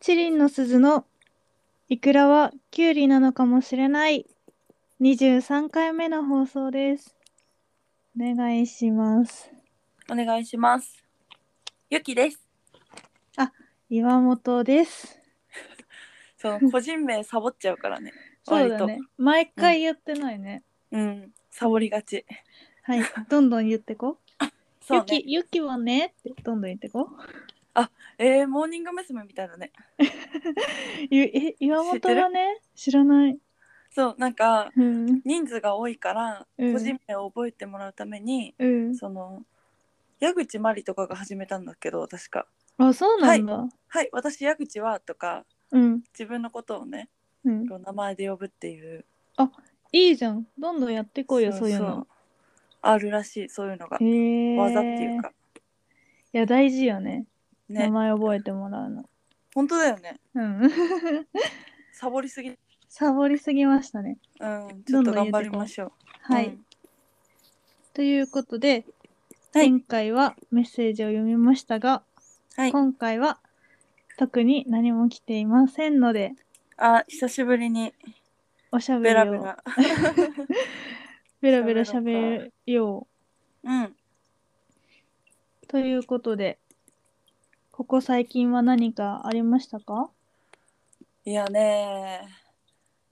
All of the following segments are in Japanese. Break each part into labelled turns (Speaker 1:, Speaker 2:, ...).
Speaker 1: チリンの鈴のイクラはキュウリなのかもしれない23回目の放送です。お願いします。
Speaker 2: お願いします。ゆきです。
Speaker 1: 岩本です。
Speaker 2: そう、個人名サボっちゃうからね。
Speaker 1: そうだね。毎回言ってないね。
Speaker 2: うん、サボりがち。
Speaker 1: はい、どんどん言ってこ。
Speaker 2: そう
Speaker 1: ゆ
Speaker 2: ね。
Speaker 1: き、ゆきはねってどんどん言ってこ。
Speaker 2: えー、モーニング娘。みたいだね。
Speaker 1: ゆえ岩本はね知らない。
Speaker 2: そう、なんか
Speaker 1: うん。
Speaker 2: 人数が多いから、
Speaker 1: うん
Speaker 2: 個人名を覚えてもらうために、
Speaker 1: うん。
Speaker 2: その矢口まりとかが始めたんだけど、確か。
Speaker 1: あ、そうなんだ。
Speaker 2: はい、私矢口はとか、
Speaker 1: うん。
Speaker 2: 自分のことをね、
Speaker 1: うん。
Speaker 2: こう名前で呼ぶっていう。
Speaker 1: いいじゃん。どんどんやってこいよ、そういうの。。
Speaker 2: あるらしい、そういうのが
Speaker 1: へ。え。
Speaker 2: 技っていう。か。
Speaker 1: いや、大事よね。名
Speaker 2: ね、
Speaker 1: 前覚えてもらうの。
Speaker 2: 本当だよね。
Speaker 1: うん。
Speaker 2: サボりすぎ。
Speaker 1: サボりすぎましたね。
Speaker 2: うん、ちょっと頑張りましょう。
Speaker 1: はい。
Speaker 2: うん
Speaker 1: ということで、
Speaker 2: はい
Speaker 1: 前回はメッセージを読みましたが、
Speaker 2: はい。
Speaker 1: 今回は特に何も来ていませんので、
Speaker 2: あ、久しぶりに
Speaker 1: おしゃべ
Speaker 2: ベ
Speaker 1: り
Speaker 2: ラベ
Speaker 1: を
Speaker 2: ラ。
Speaker 1: ベラベラしゃべよ
Speaker 2: うん。
Speaker 1: うということで、ここ最近は何かありましたか
Speaker 2: いやね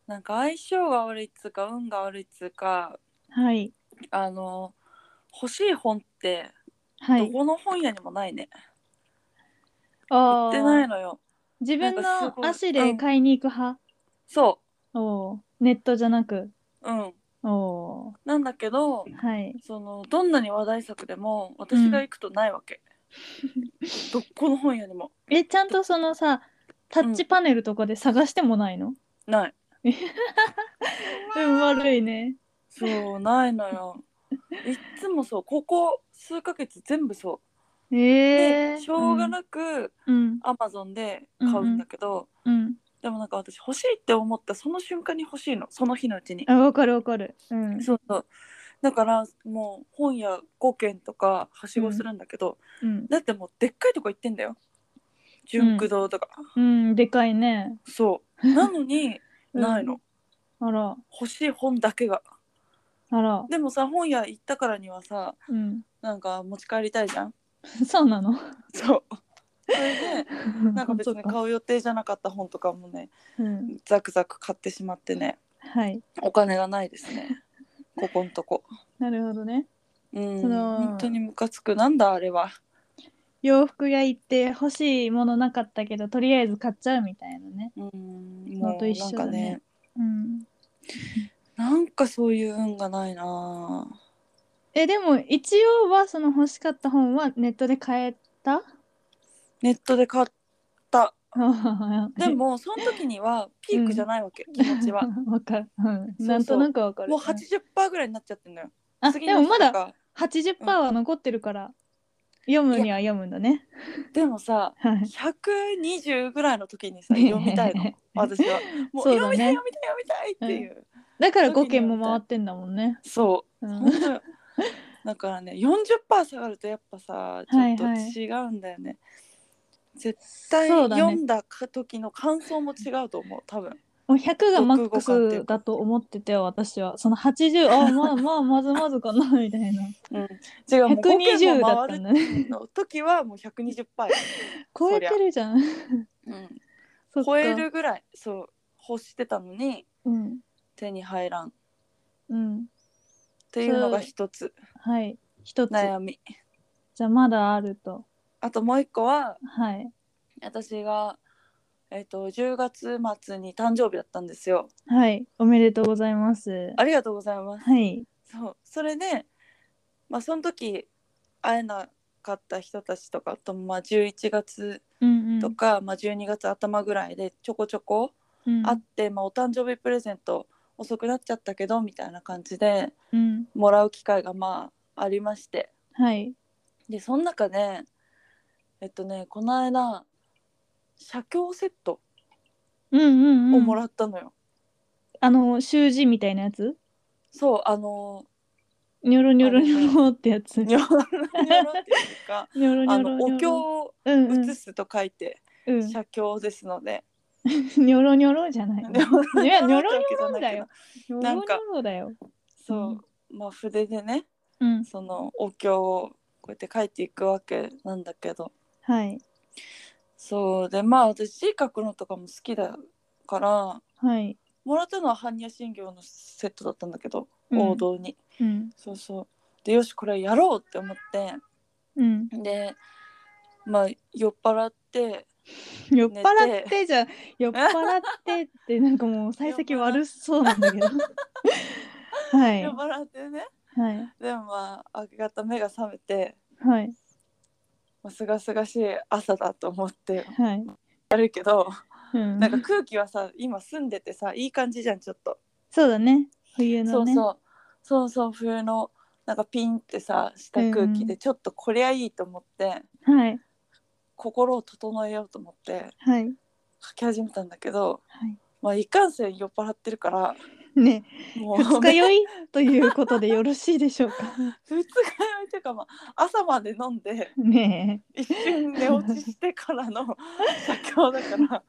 Speaker 2: なんか相性が悪いっつうか、運が悪いっつうか、
Speaker 1: はい。
Speaker 2: あの、欲しい本って、
Speaker 1: は
Speaker 2: ど
Speaker 1: い。
Speaker 2: この本屋にもないね。
Speaker 1: あ
Speaker 2: 売ってない
Speaker 1: ー
Speaker 2: のよ。
Speaker 1: 自分
Speaker 2: なんかす
Speaker 1: の
Speaker 2: ごい
Speaker 1: 足で買いに行く派、
Speaker 2: そ
Speaker 1: おーネットじゃなく。
Speaker 2: う。うん。
Speaker 1: おー
Speaker 2: なんだけど、
Speaker 1: はい。
Speaker 2: その、どんなに話題作でも、私が行くとないわけ。どこの本屋にも。
Speaker 1: え、ちゃんとそのさ、タッチパネルとかで探してもないの、
Speaker 2: ない。
Speaker 1: うん、悪いね。
Speaker 2: そう、ないの よ。いっつもそう、ここ数ヶ月全部そう。
Speaker 1: え
Speaker 2: でしょうがなく、
Speaker 1: うん、
Speaker 2: アマゾンで買うんだけど、
Speaker 1: うん。
Speaker 2: でもなんか私欲しいって思ったその瞬間に欲しいのその日のうちに、
Speaker 1: あ、わかるわかる。うん。
Speaker 2: そうそうだからもう本屋5軒とかはしごするんだけど、
Speaker 1: うん。
Speaker 2: だってもうでっかいとこ行ってんだよ純駆堂とか、
Speaker 1: うん、でかいね。
Speaker 2: そうなのに
Speaker 1: うん
Speaker 2: ないの、
Speaker 1: あら、
Speaker 2: 欲しい本だけが
Speaker 1: あら。
Speaker 2: でもさ本屋行ったからにはさ
Speaker 1: うん。
Speaker 2: なんか持ち帰りたいじゃん
Speaker 1: そうなの。
Speaker 2: そうそ れでなんか別
Speaker 1: そ
Speaker 2: に
Speaker 1: うか
Speaker 2: 買う予定じゃなかった本とかもね
Speaker 1: うん。
Speaker 2: ザクザク買ってしまってね
Speaker 1: はい。
Speaker 2: お金がないです ねここんとこ
Speaker 1: なるほどね。
Speaker 2: うん
Speaker 1: その
Speaker 2: 本当にムカつくなんだあれは
Speaker 1: 洋服屋行って欲しいものなかったけど、とりあえず買っちゃうみたいなね。
Speaker 2: うん
Speaker 1: の
Speaker 2: も
Speaker 1: と
Speaker 2: う
Speaker 1: 一
Speaker 2: なん
Speaker 1: 緒
Speaker 2: か
Speaker 1: だ
Speaker 2: ね
Speaker 1: ねうん。
Speaker 2: なんかそういう運がないなぁ
Speaker 1: え、でも一応はその欲しかった本はネットで買えた
Speaker 2: ネットで買ったで もその時にはピークじゃないわけ、気持ちは
Speaker 1: わかる。う。
Speaker 2: そうん
Speaker 1: なんとなくわかる。
Speaker 2: もう80%ぐらいになっちゃってんのよ
Speaker 1: あ、
Speaker 2: 次
Speaker 1: で
Speaker 2: の
Speaker 1: も
Speaker 2: 日
Speaker 1: ま
Speaker 2: と
Speaker 1: だ
Speaker 2: か
Speaker 1: 80%は残ってるから、読むには読むんだね。
Speaker 2: でもさ
Speaker 1: はい。
Speaker 2: 120ぐらいの 時にさ読みたいの私はもう
Speaker 1: そうだ
Speaker 2: 読み
Speaker 1: ね
Speaker 2: たい読みたい読みたいっていう、
Speaker 1: だから5件も回ってんだもんね。
Speaker 2: そう
Speaker 1: う
Speaker 2: 本
Speaker 1: ん、
Speaker 2: 当よ だからね40%下がるとやっぱさちょっと
Speaker 1: はいはい
Speaker 2: 違うんだよね、絶対
Speaker 1: そうだね
Speaker 2: 読んだ時の感想も違うと思う多分
Speaker 1: もう100がマック
Speaker 2: 65っていう
Speaker 1: スだと思ってて私はその80あ まあまあまずまずかな みたいな
Speaker 2: 違うもう5件
Speaker 1: 120
Speaker 2: も
Speaker 1: だった
Speaker 2: 回
Speaker 1: ん
Speaker 2: る
Speaker 1: だね
Speaker 2: の時はもう120%よ、
Speaker 1: 超えてるじゃん
Speaker 2: うん、
Speaker 1: そっか
Speaker 2: 超えるぐらいそう欲してたのに
Speaker 1: うん
Speaker 2: 手に入らんっ
Speaker 1: うん
Speaker 2: ていうのが一つ
Speaker 1: はい一つ
Speaker 2: 悩み
Speaker 1: じゃあまだあると
Speaker 2: あともう一個は
Speaker 1: はい
Speaker 2: 私がえっ、と10月末に誕生日だったんですよ
Speaker 1: はいおめでとうございます
Speaker 2: ありがとうございます
Speaker 1: はい
Speaker 2: そうそれで、まあ、その時会えなかった人たちとかと、まあ、11月
Speaker 1: うんうん
Speaker 2: とか、まあ、12月頭ぐらいでちょこちょこ
Speaker 1: うん
Speaker 2: 会って、まあ、お誕生日プレゼント遅くなっちゃったけどみたいな感じで
Speaker 1: うん
Speaker 2: もらう機会がまあありまして
Speaker 1: はい
Speaker 2: でその中でえっとねこの間写経セット
Speaker 1: うんうんう
Speaker 2: を
Speaker 1: ん
Speaker 2: もらったのよ。
Speaker 1: あの習字みたいなやつ
Speaker 2: そうあの
Speaker 1: ニョロニョロニョロってやつ
Speaker 2: ニョロニョロっていうか
Speaker 1: ニョロニ
Speaker 2: あ
Speaker 1: ョロ
Speaker 2: のお経を
Speaker 1: うんうん
Speaker 2: 写すと書いて、
Speaker 1: うん。
Speaker 2: 写経ですので、
Speaker 1: ニョロニョロじゃない。
Speaker 2: でも
Speaker 1: いやニョロニョ
Speaker 2: わけじゃな
Speaker 1: ロ
Speaker 2: いけど
Speaker 1: だよニョロ
Speaker 2: な
Speaker 1: ニ
Speaker 2: ん
Speaker 1: ョ
Speaker 2: か
Speaker 1: ロだよ。
Speaker 2: そう、まあ筆でね
Speaker 1: うん。
Speaker 2: そのお経をこうやって書いていくわけなんだけど
Speaker 1: はい。
Speaker 2: そうでまあ私字書くのとかも好きだから
Speaker 1: はい。
Speaker 2: もらったのは般若心経のセットだったんだけど、
Speaker 1: うん
Speaker 2: 王道に
Speaker 1: うん。
Speaker 2: そうそうでよしこれやろうって思って
Speaker 1: うん。
Speaker 2: でまあ酔っ払って
Speaker 1: 酔っ払ってじゃ、酔っ払ってって、なんかもう幸先悪そうなんだけ ど。はい
Speaker 2: 酔っ。払ってね
Speaker 1: はい。
Speaker 2: でもまあ明け方目が覚めて
Speaker 1: はい。
Speaker 2: まあすがすがしい朝だと思って
Speaker 1: はい。
Speaker 2: やるけど、
Speaker 1: うん。
Speaker 2: なんか空気はさ今住んでてさいい感じじゃんちょっと、
Speaker 1: そうだね。冬
Speaker 2: そ
Speaker 1: の
Speaker 2: う
Speaker 1: ね。
Speaker 2: そうそうそう冬のなんかピンってさした空気
Speaker 1: うんう
Speaker 2: でちょっとこりゃいいと思って
Speaker 1: はい。
Speaker 2: 心を整えようと思って
Speaker 1: はい。
Speaker 2: 書き始めたんだけど、
Speaker 1: はい。
Speaker 2: まあ、いかんせん酔っ払ってるから
Speaker 1: ね、
Speaker 2: もう
Speaker 1: 二日酔いということでよろしいでしょうか。
Speaker 2: 二日酔いというか、まあ、朝まで飲ん で
Speaker 1: ね
Speaker 2: 一瞬寝落ちしてか らの写経だから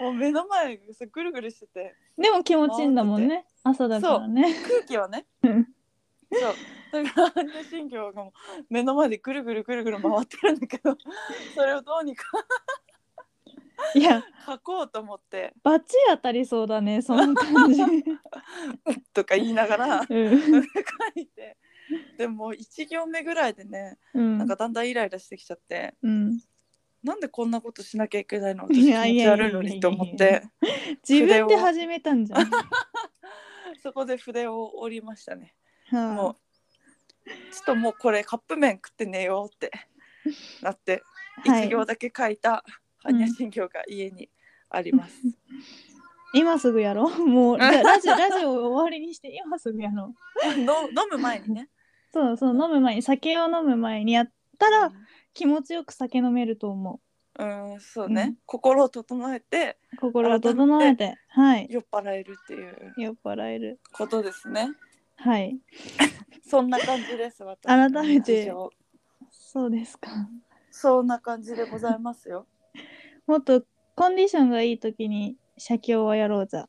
Speaker 2: もう目の前がさぐるぐるしてて
Speaker 1: え。でも気持ちいいんだもんね。朝だからね。
Speaker 2: 空気はね
Speaker 1: うん
Speaker 2: そうだから般若心経がもう目の前でぐるぐるぐるぐる回ってるんだけどそれをどうにか
Speaker 1: いや、
Speaker 2: 書こうと思って
Speaker 1: バチ当たりそうだ ね、その感じ。
Speaker 2: とか言いながら
Speaker 1: うん
Speaker 2: 書いてでも1行目ぐらいでね
Speaker 1: うん
Speaker 2: なんかだんだんイライラしてきちゃって
Speaker 1: うん、
Speaker 2: なんでこんなことしなきゃいけないの私
Speaker 1: い
Speaker 2: 気
Speaker 1: やいやい
Speaker 2: 持ち
Speaker 1: やいや
Speaker 2: 悪いのにと思って
Speaker 1: 自分で始めたんじゃん。
Speaker 2: そこで筆を折りましたね。
Speaker 1: は
Speaker 2: もうちょっともうこれカップ麺食って寝ようってなって
Speaker 1: いは
Speaker 2: 一
Speaker 1: い、
Speaker 2: 行だけ書いた般若心経が家にあります。
Speaker 1: 今すぐやろう。 もうじゃあラジラジオを終わりにして今すぐやろう。
Speaker 2: の飲む前にね。
Speaker 1: そうそう飲む前に酒を飲む前にやったら気持ちよく酒飲めると思
Speaker 2: うん、そうね、
Speaker 1: うん
Speaker 2: 心を整えて
Speaker 1: う。心を整えてはい
Speaker 2: 酔っ払えるっていう
Speaker 1: 酔っ払える。
Speaker 2: ことですね。
Speaker 1: はい
Speaker 2: そんな感じです。私
Speaker 1: 改めて
Speaker 2: 日常
Speaker 1: そうですか。
Speaker 2: そんな感じでございますよ。
Speaker 1: もっとコンディションがいい時に写経はやろうじゃ。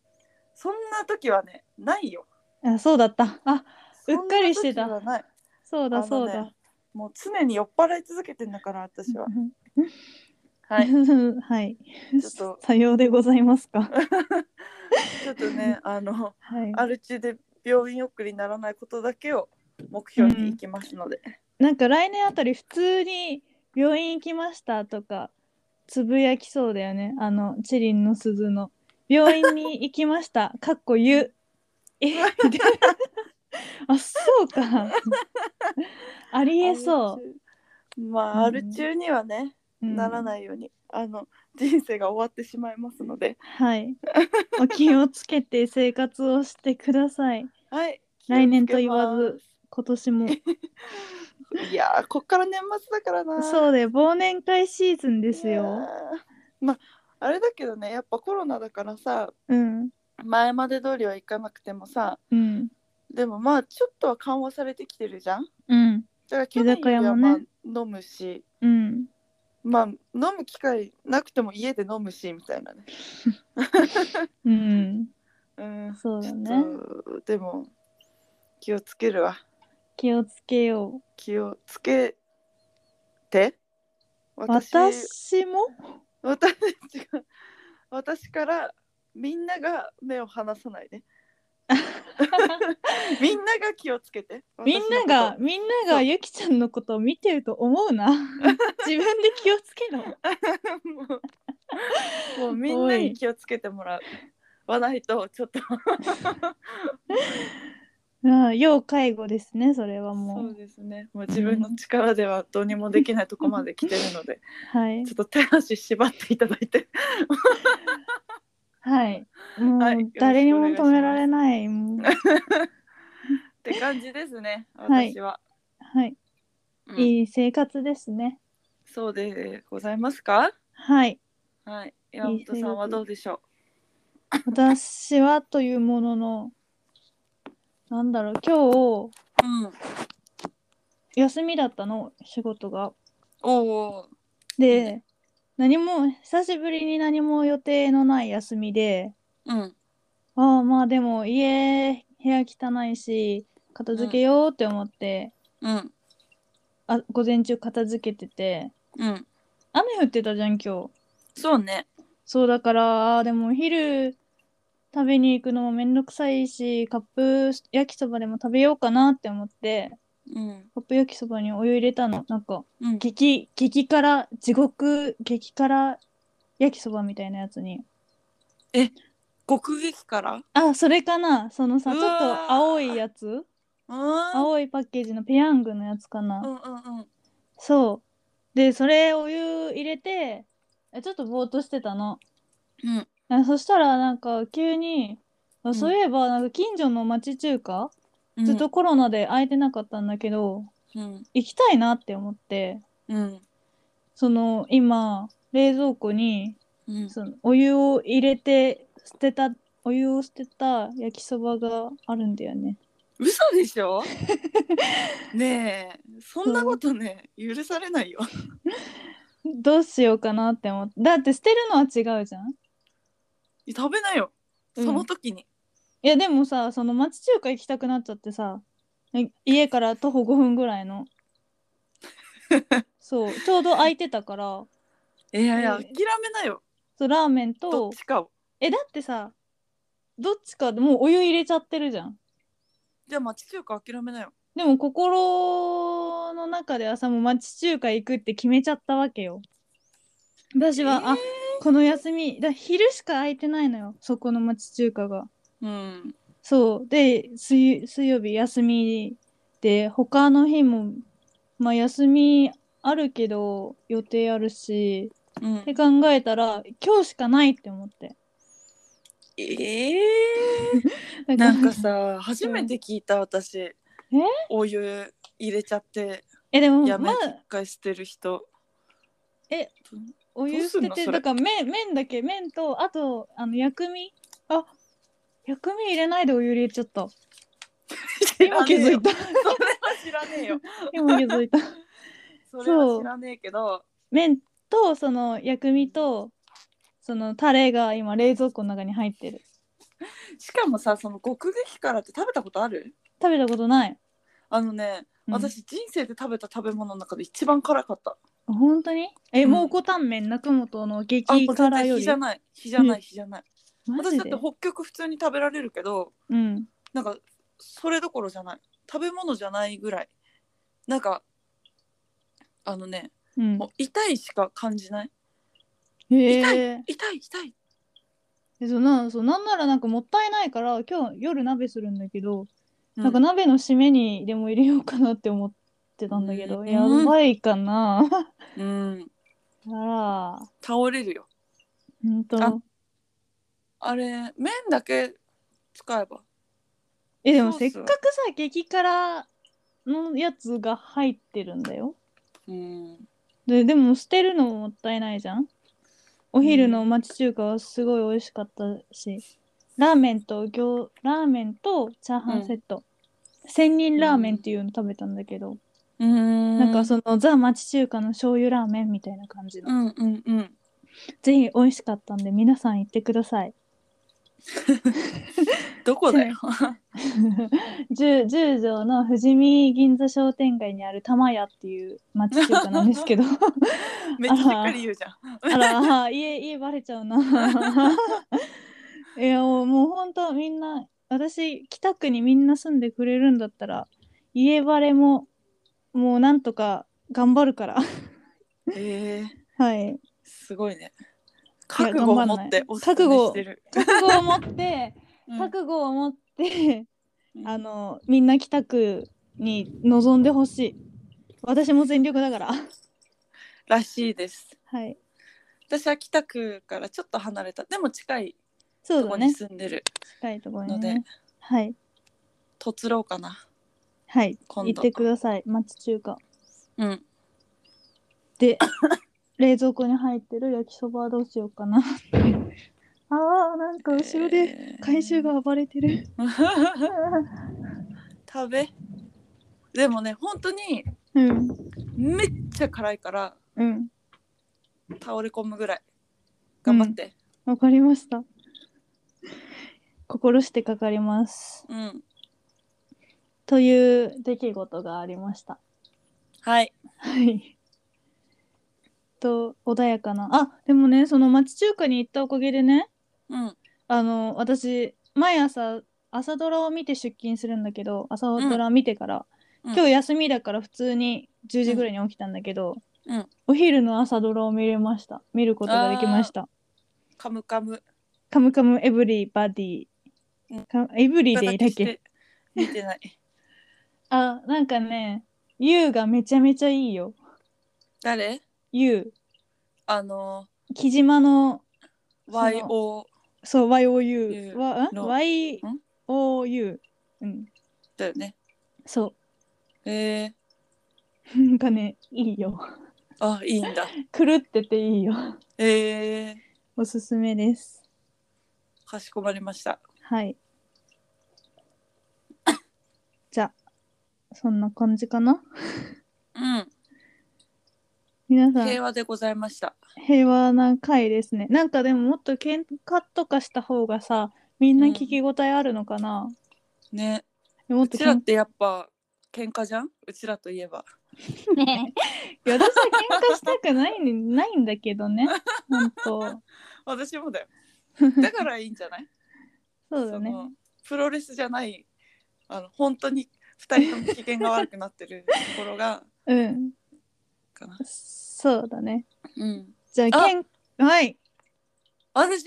Speaker 2: そんな時はねないよ。
Speaker 1: あそうだった。あうっかりしてた
Speaker 2: そんな時はない。
Speaker 1: そうだそう
Speaker 2: あの
Speaker 1: だ
Speaker 2: ね。もう常に酔っ払い続けてんだから私は。は
Speaker 1: はいい。。はい。
Speaker 2: ちょっと
Speaker 1: さようでございます か。
Speaker 2: ちょっとね、あの、
Speaker 1: はい。
Speaker 2: アル中で病院送りにならないことだけを目標に行きますので。
Speaker 1: なんか来年あたり普通に病院行きましたとかつぶやきそうだよね。あの、チリンの鈴の。病院に行きました。 かっこゆ。えみたい なあ、そう か。ありえそ
Speaker 2: アル中まあ、
Speaker 1: うん
Speaker 2: アル中にはね、
Speaker 1: う。。
Speaker 2: ならないいように、あの、人生が終わってしまいますので。
Speaker 1: はい。お気をつけて生活をしてください。
Speaker 2: はい。
Speaker 1: 来年と言わ
Speaker 2: 気をつ
Speaker 1: ず、今年も。
Speaker 2: けます。いやー、こっから年末だからな。う
Speaker 1: そうだよ。忘年会シーズンですよ。。
Speaker 2: まあ、あれだけどね、やっぱコロナだからさ、
Speaker 1: うん。
Speaker 2: 前まで通りはいかなくてもさ、
Speaker 1: うん。
Speaker 2: でもまあ、ちょっとは緩和されてきてるじゃん。
Speaker 1: うん。
Speaker 2: だから去年よりはまあ
Speaker 1: 居酒
Speaker 2: 飲むし、
Speaker 1: うん。
Speaker 2: まあ飲む機会なくても家で飲むしみたいなね。
Speaker 1: うん。
Speaker 2: うん。
Speaker 1: そうだね。
Speaker 2: ちょっとでも気をつけるわ。
Speaker 1: 気をつけよう。
Speaker 2: 気をつけて。私
Speaker 1: 私も
Speaker 2: 私が私からみんなが目を離さないで。 みんなが気をつけて。
Speaker 1: みんなが、みんな
Speaker 2: そ
Speaker 1: が
Speaker 2: う
Speaker 1: ゆきちゃんのことを見てると思うな。 自分で気をつけろ。
Speaker 2: 私のこともうもうみんなに気をつけてもらう。わないとちょっと。
Speaker 1: うん、要介護ですね、それはも
Speaker 2: そう
Speaker 1: う。
Speaker 2: ですね。もう自分の力ではどうにもできないとこまで来てるので、
Speaker 1: はい
Speaker 2: ちょ。っと手足縛っていただいて、
Speaker 1: はい。もう、
Speaker 2: はいよろしくお願いします
Speaker 1: 誰にも止められない。もう
Speaker 2: って感じですね。
Speaker 1: はい
Speaker 2: 私は。
Speaker 1: はい。
Speaker 2: うん
Speaker 1: いい生活ですね。
Speaker 2: そうでございますか。
Speaker 1: はい。
Speaker 2: はい。山本さんはどうでしょ
Speaker 1: 私はというものの、なんだろう、今日、
Speaker 2: う。うん。
Speaker 1: 休みだったの、仕事が。
Speaker 2: おお。
Speaker 1: で、何も久しぶりに何も予定のない休みで
Speaker 2: うん
Speaker 1: ああまあでも家部屋汚いし片付けようって思って、
Speaker 2: うん
Speaker 1: あ午前中片付けてて
Speaker 2: うん
Speaker 1: 雨降ってたじゃん今日
Speaker 2: そうね
Speaker 1: そうだからあーでもお昼食べに行くのもめんどくさいしカップ焼きそばでも食べようかなって思って
Speaker 2: うん
Speaker 1: カップ焼きそばにお湯入れたのなんか
Speaker 2: うん
Speaker 1: 激激辛地獄激辛焼きそばみたいなやつに
Speaker 2: 極撃から
Speaker 1: あそれかなそのさ
Speaker 2: う
Speaker 1: ちょ
Speaker 2: わ
Speaker 1: っ
Speaker 2: ー
Speaker 1: と青いやつ
Speaker 2: あ
Speaker 1: 青いパッケージのペヤングのやつかな、
Speaker 2: あうんうんうん
Speaker 1: そうでそれお湯入れてえちょっとぼーっとしてたの
Speaker 2: うん
Speaker 1: あそしたらなんか急にあ
Speaker 2: ん
Speaker 1: そういえばなんか近所の町中華、ずっとコロナで空いてなかったんだけど
Speaker 2: うん
Speaker 1: 行きたいなって思って
Speaker 2: うん
Speaker 1: その今冷蔵庫に
Speaker 2: うん
Speaker 1: そのお湯を入れて捨てたお湯を捨てた焼きそばがあるんだよね
Speaker 2: 嘘で しょねえそんなことね許されないよ
Speaker 1: どうしようかなって思ってだって捨てるのは違うじゃん
Speaker 2: 食べなよ
Speaker 1: う
Speaker 2: そ
Speaker 1: ん
Speaker 2: の時に、
Speaker 1: いやでもさその町中華行きたくなっちゃってさえ家から徒歩5分ぐらい のそうちょうど空いてたから
Speaker 2: いやいや
Speaker 1: え
Speaker 2: 諦めなよ
Speaker 1: そうラーメン
Speaker 2: ど
Speaker 1: と
Speaker 2: っちかを
Speaker 1: えだってさどっちかでもうお湯入れちゃってるじゃん
Speaker 2: じゃあ町中華諦めなよ
Speaker 1: でも心の中ではさもう町中華行くって決めちゃったわけよ私は、あこの休みだ昼しか空いてないのよそこの町中華が
Speaker 2: うん
Speaker 1: そうで水水曜日休みで他の日もまあ休みあるけど予定あるし
Speaker 2: うん
Speaker 1: って考えたら今日しかないって思って
Speaker 2: ええ
Speaker 1: だら
Speaker 2: なんかさ初めて聞いた私、お湯入れちゃって
Speaker 1: えでも
Speaker 2: やめ
Speaker 1: ま
Speaker 2: き
Speaker 1: あ
Speaker 2: っかいしてる人
Speaker 1: え
Speaker 2: ど
Speaker 1: お湯捨てて
Speaker 2: どうすんのそれ
Speaker 1: だから麺麺だけ麺とあとあの薬味あ薬味入れないでお湯入れちゃった
Speaker 2: 知ら
Speaker 1: 今
Speaker 2: ね
Speaker 1: 気
Speaker 2: え
Speaker 1: づい
Speaker 2: よ
Speaker 1: た
Speaker 2: それは知らねえ よ
Speaker 1: 今気づいた
Speaker 2: それは知らねえけど
Speaker 1: 麺とその薬味とそのタレが今冷蔵庫の中に入ってる
Speaker 2: しかもさその極激辛って食べたことある
Speaker 1: 食べたことない、
Speaker 2: あのね、
Speaker 1: うん、
Speaker 2: 私人生で食べた食べ物の中で一番辛かった
Speaker 1: 本当にえ、
Speaker 2: うん
Speaker 1: 蒙古タンメン中本の激
Speaker 2: あこれ絶
Speaker 1: 辛
Speaker 2: 対
Speaker 1: よ
Speaker 2: 日
Speaker 1: り
Speaker 2: じゃない日じゃな
Speaker 1: う
Speaker 2: い日じゃない
Speaker 1: マ
Speaker 2: 私
Speaker 1: ジ
Speaker 2: だって
Speaker 1: で
Speaker 2: 北極普通に食べられるけど
Speaker 1: うん
Speaker 2: なんかそれどころじゃない食べ物じゃないぐらいなんかあのね
Speaker 1: うん
Speaker 2: もう痛いしか感じない
Speaker 1: へえ
Speaker 2: 痛い痛い
Speaker 1: えそうなんそうなんならなんかもったいないから今日夜鍋するんだけど、
Speaker 2: うん
Speaker 1: なんか鍋の締めにでも入れようかなって思ってたんだけど、
Speaker 2: うん
Speaker 1: やばいかなあ
Speaker 2: うん
Speaker 1: ら
Speaker 2: 倒れるよ
Speaker 1: ほんと
Speaker 2: ああれ麺だけ使えば
Speaker 1: えでも
Speaker 2: ソ
Speaker 1: せ
Speaker 2: ー
Speaker 1: っ
Speaker 2: ス
Speaker 1: か
Speaker 2: は
Speaker 1: くさ激辛のやつが入ってるんだよ
Speaker 2: うん
Speaker 1: ででも捨てるのももったいないじゃんお昼の町中華はすごい美味しかったし、ラーメンと餃ラーメンとチャーハンセット、千人ラーメンっていうの食べたんだけど、
Speaker 2: うん
Speaker 1: なんかそのザ町中華の醤油ラーメンみたいな感じの、
Speaker 2: うんうんうん
Speaker 1: ぜひ美味しかったんで皆さん行ってください
Speaker 2: どこだよ
Speaker 1: 十十条の富士見銀座商店街にある玉屋っていう町中華なんです けど
Speaker 2: めっちゃしっかり 言うじゃん
Speaker 1: あら、家、家バレちゃうな。 いや、もうもう本当みんな、私、北区にみんな住んでくれるんだったら、家バレも、もうなんとか頑張るから。
Speaker 2: えー、
Speaker 1: はい。
Speaker 2: すごいね覚悟を持っておすすめしてる
Speaker 1: 覚悟を持って、
Speaker 2: うん
Speaker 1: 覚悟を持って、
Speaker 2: うん
Speaker 1: あの、みんな北区に望んでほしい。私も全力だから。
Speaker 2: らしいです
Speaker 1: はい。
Speaker 2: 私は北区からちょっと離れたでも近い
Speaker 1: そう
Speaker 2: とこ
Speaker 1: だ
Speaker 2: に
Speaker 1: ね。
Speaker 2: 住んでる
Speaker 1: 近いところ
Speaker 2: の
Speaker 1: に
Speaker 2: で、
Speaker 1: ね。はい。
Speaker 2: 突ろうかな
Speaker 1: はい。
Speaker 2: 今
Speaker 1: 行
Speaker 2: 度
Speaker 1: ってください。町中華。
Speaker 2: うん
Speaker 1: で冷蔵庫に入ってる焼きそばはどうしよう かなあーなんか後ろで
Speaker 2: えー
Speaker 1: 怪獣が暴れてる
Speaker 2: 食べでもね本当に
Speaker 1: うん
Speaker 2: めっちゃ辛いから
Speaker 1: うん
Speaker 2: 倒れ込むぐらい頑張って
Speaker 1: わかりました。心してかかります。
Speaker 2: うん、
Speaker 1: という出来事がありました。
Speaker 2: はい
Speaker 1: はい。と、穏やかな。あ、でもね、その町中華に行ったおかげでね、
Speaker 2: うん
Speaker 1: あの、私、毎朝、朝ドラを見て出勤するんだけど、朝ドラ見てから、
Speaker 2: うん
Speaker 1: 今日休みだから普通に10時ぐらいに起きたんだけど、
Speaker 2: うん
Speaker 1: お昼の朝ドラを見れました。見ることができました。
Speaker 2: カムカム
Speaker 1: カムカムエブリバディ
Speaker 2: うん。
Speaker 1: カムエブリデイだっ
Speaker 2: し
Speaker 1: け
Speaker 2: て見てない
Speaker 1: あ、なんかね、ユウがめちゃめちゃいいよ。
Speaker 2: 誰
Speaker 1: ユ
Speaker 2: あの
Speaker 1: ウ。木島の、の
Speaker 2: YO
Speaker 1: そう、
Speaker 2: ユ
Speaker 1: YOU。
Speaker 2: ウ
Speaker 1: わん
Speaker 2: の
Speaker 1: ?YOU。うん。
Speaker 2: だよね
Speaker 1: そ
Speaker 2: え
Speaker 1: う。
Speaker 2: ー、
Speaker 1: なんかね、いいよ。
Speaker 2: あいいんだ
Speaker 1: 狂ってていいよ。
Speaker 2: えー、
Speaker 1: おすすめです。
Speaker 2: かしこまりました
Speaker 1: はい。 じゃあ、そんな感じかな
Speaker 2: うん
Speaker 1: 皆さん、
Speaker 2: 平和でございました
Speaker 1: 平和な回ですね。なんかでももっと喧嘩とかした方がさ、みんな聞き応えあるのかな、
Speaker 2: ね
Speaker 1: もっ
Speaker 2: う
Speaker 1: と
Speaker 2: ち
Speaker 1: 喧
Speaker 2: ら
Speaker 1: 嘩
Speaker 2: ってやっぱ喧嘩じゃんうちらといえば
Speaker 1: ねえ。いや私は喧嘩したくない,、ね、ないんだ けどね。本当。
Speaker 2: 私もだよだからいいんじゃない
Speaker 1: そうだね。
Speaker 2: のプロレスじゃないあの本当に2人とも機嫌が悪くなってるところが
Speaker 1: うん。
Speaker 2: かな
Speaker 1: そうだね。
Speaker 2: うん
Speaker 1: じゃあ、
Speaker 2: あ
Speaker 1: けんはい。
Speaker 2: 私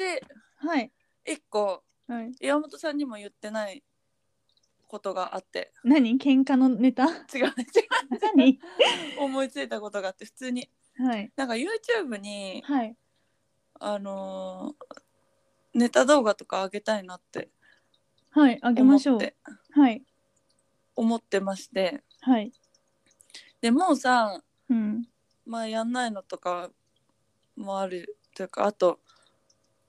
Speaker 1: はい。
Speaker 2: 一個
Speaker 1: はい、
Speaker 2: 岩本さんにも言ってないことがあって
Speaker 1: 何喧嘩のネタ
Speaker 2: 違う違う
Speaker 1: 何
Speaker 2: 思いついたことがあって普通に
Speaker 1: はい。
Speaker 2: なんか YouTube に
Speaker 1: はい。
Speaker 2: あのーネタ動画とか上げたいなって
Speaker 1: はい。あげ
Speaker 2: 思
Speaker 1: ま
Speaker 2: っ
Speaker 1: しょう。
Speaker 2: て
Speaker 1: はい。
Speaker 2: 思ってまして
Speaker 1: はい。
Speaker 2: でもうさ
Speaker 1: うん。
Speaker 2: まあやんないのとかもあるというかあと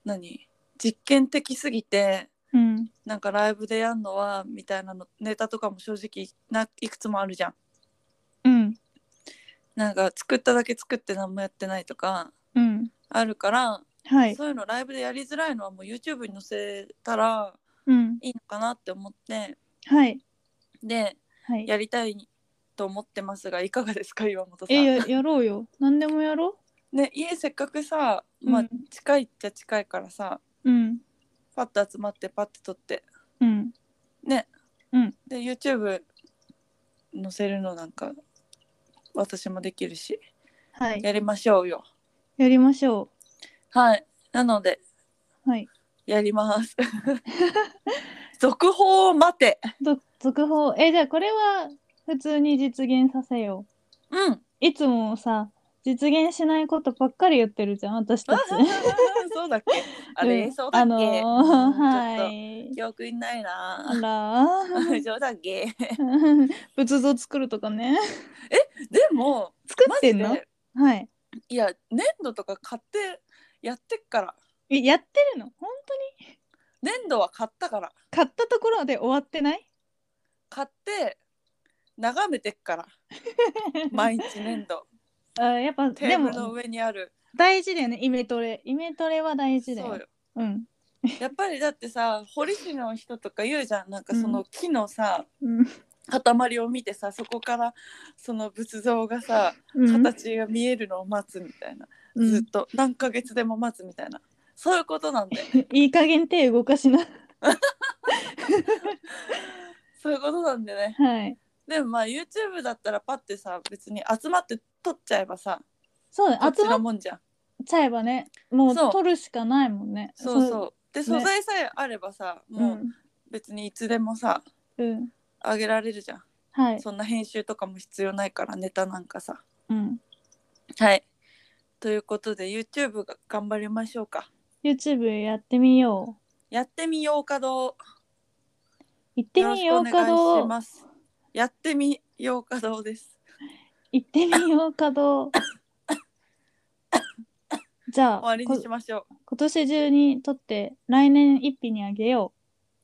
Speaker 2: 何実験的すぎて
Speaker 1: うん。
Speaker 2: なんかライブでやんのはみたいなのネタとかも正直ないくつもあるじゃん。
Speaker 1: うん。
Speaker 2: なんか作っただけ作って何もやってないとか
Speaker 1: うん。
Speaker 2: あるから、
Speaker 1: はい。
Speaker 2: そういうのライブでやりづらいのはもう YouTube に載せたら
Speaker 1: うん。
Speaker 2: いいのかなって思って
Speaker 1: はい。
Speaker 2: で
Speaker 1: はい。
Speaker 2: やりたいと思ってますがいかがですか岩本さ
Speaker 1: え
Speaker 2: ん。
Speaker 1: や、やろうよ。何でもやろ
Speaker 2: ね家せっかくさ、
Speaker 1: う。
Speaker 2: まあ、近いっちゃ近いからさ、
Speaker 1: うん。
Speaker 2: パッと集まってパッと撮って
Speaker 1: うん。
Speaker 2: ね、
Speaker 1: うん
Speaker 2: で YouTube 載せるのなんか私もできるし
Speaker 1: はい。
Speaker 2: やりましょうよ
Speaker 1: やりましょ
Speaker 2: はいなので
Speaker 1: う。はい。
Speaker 2: やります 続報を待て
Speaker 1: ど続報えじゃあこれは普通に実現させよ
Speaker 2: うん
Speaker 1: ういつもさ実現しないことばっかり言ってるじゃん私たち
Speaker 2: そうだっけあれ、
Speaker 1: うん
Speaker 2: そうだ
Speaker 1: あ
Speaker 2: っけ、
Speaker 1: のー
Speaker 2: うんちょっ
Speaker 1: はい
Speaker 2: と記憶にない
Speaker 1: あ
Speaker 2: な
Speaker 1: ら
Speaker 2: そうだっけ
Speaker 1: 仏像作るとかね
Speaker 2: でも
Speaker 1: 作ってんの
Speaker 2: マジで
Speaker 1: はい
Speaker 2: いや粘土とか買ってやってっから
Speaker 1: えやってるの本当に
Speaker 2: 粘土は買ったから
Speaker 1: 買ったところで終わってない
Speaker 2: 買って眺めてっ から毎日粘土
Speaker 1: あやっぱ
Speaker 2: テ
Speaker 1: で
Speaker 2: ーブルの
Speaker 1: も
Speaker 2: 上にある
Speaker 1: 大事だよねイメトレイメトレは大
Speaker 2: そ
Speaker 1: 事だよ
Speaker 2: うよ
Speaker 1: うん
Speaker 2: やっぱりだってさ堀市の人とか言うじゃんなんかその木のさ、
Speaker 1: うん
Speaker 2: 塊を見てさそこからその仏像がさ
Speaker 1: うん
Speaker 2: 形が見えるのを待つみたいな、
Speaker 1: う
Speaker 2: ず
Speaker 1: ん
Speaker 2: っと何ヶ月でも待つみたいなそういうことなんだよ
Speaker 1: いい加減手動かしな
Speaker 2: そういうことなんでね
Speaker 1: はい
Speaker 2: でもまあ YouTube だったらパッてさ別に集まって撮っちゃえばさ
Speaker 1: そうだ
Speaker 2: こっ
Speaker 1: ね集
Speaker 2: ち
Speaker 1: まっ
Speaker 2: のもんじゃん
Speaker 1: ちゃえばねもう
Speaker 2: そう
Speaker 1: 取るしかないもんね
Speaker 2: そうそうで
Speaker 1: そうね
Speaker 2: 素材さえあればさ、
Speaker 1: う
Speaker 2: もうん別にいつでもさ
Speaker 1: うん
Speaker 2: あげられるじゃん、
Speaker 1: はい
Speaker 2: そんな編集とかも必要ないからネタなんかさ
Speaker 1: うん
Speaker 2: はいということで YouTube が頑張りましょうか
Speaker 1: YouTube やってみよう
Speaker 2: やってみようかど
Speaker 1: 行っ
Speaker 2: う
Speaker 1: てみようか
Speaker 2: よろしくお願い
Speaker 1: ど
Speaker 2: し
Speaker 1: う
Speaker 2: ますやってみようかどうです
Speaker 1: 行ってみようかど うじゃあ
Speaker 2: 終わりにし
Speaker 1: こ
Speaker 2: ましょう
Speaker 1: 今年中に撮って来年一品にあげよ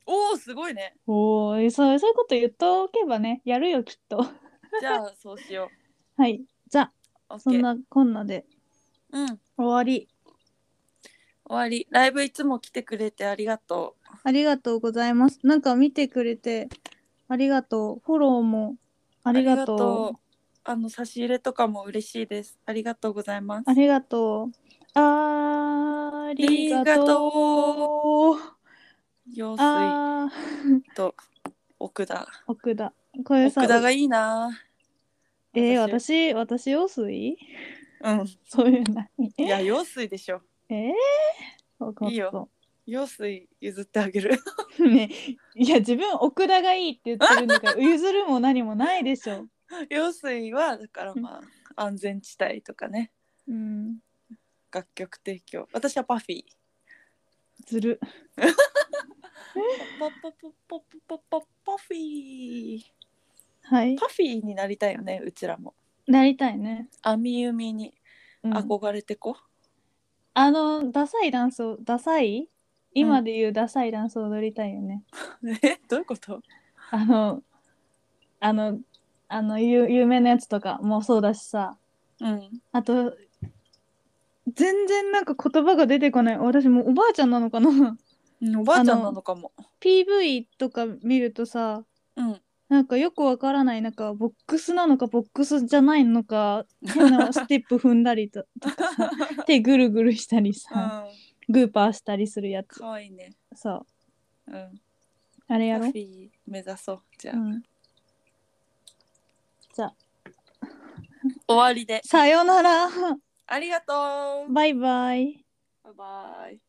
Speaker 2: おおすごいね
Speaker 1: うおーそうそういうこと言っとけばねやるよきっと
Speaker 2: じゃあそうしよ
Speaker 1: はいじゃあ
Speaker 2: う OK
Speaker 1: そんなこんなで
Speaker 2: ううん終
Speaker 1: 終わり
Speaker 2: わりライブいつも来てくれてありがと
Speaker 1: ありがとうございますなんか見てくれてありがとうフォローもあ
Speaker 2: う
Speaker 1: りがとう
Speaker 2: ありがとうあの差し入れとかも嬉しいですありがとうございます
Speaker 1: ありがとうありがとう
Speaker 2: 用水
Speaker 1: あー
Speaker 2: と奥田
Speaker 1: 奥田これ
Speaker 2: 奥
Speaker 1: さ
Speaker 2: 田がいいな
Speaker 1: えー、私私用水
Speaker 2: うん
Speaker 1: そういうの何
Speaker 2: いや用水でしょ
Speaker 1: えー、わかった
Speaker 2: いいよ用水譲ってあげる
Speaker 1: ねいや自分奥田がいいって言ってるんだから譲るも何もないでしょ。
Speaker 2: 用水はだからまあ安全地帯とかね
Speaker 1: うん、
Speaker 2: 楽曲提供私はパフィー
Speaker 1: ずる。
Speaker 2: パパパパパパパパフィー
Speaker 1: はい。
Speaker 2: パフィーになりたいよねうちらも
Speaker 1: なりたいね。
Speaker 2: 網ゆみに
Speaker 1: うん
Speaker 2: 憧れてこ、
Speaker 1: あのダサいダンスをダサい今で言うダサいダンスを踊りたいよね。
Speaker 2: えどういうこと
Speaker 1: あのあのあの有有名なやつとかもそうだしさ
Speaker 2: うん
Speaker 1: あと全然なんか言葉が出てこない私もうおばあちゃんなのかな
Speaker 2: うんおばあちゃんなのかも
Speaker 1: PV とか見るとさ
Speaker 2: うん
Speaker 1: なんかよくわからないなんかボックスなのかボックスじゃないのか変 なステップ踏んだりととかさ手ぐるぐるしたり
Speaker 2: う
Speaker 1: さ、
Speaker 2: ん
Speaker 1: グーパーしたりするやつ
Speaker 2: 可愛いね
Speaker 1: そう
Speaker 2: うん
Speaker 1: あれや
Speaker 2: パフ
Speaker 1: ろ
Speaker 2: ィ、ー目指そうじゃあ、
Speaker 1: うん、
Speaker 2: 終わりで
Speaker 1: さよなら
Speaker 2: ありがとう
Speaker 1: バイバイ
Speaker 2: バイバイ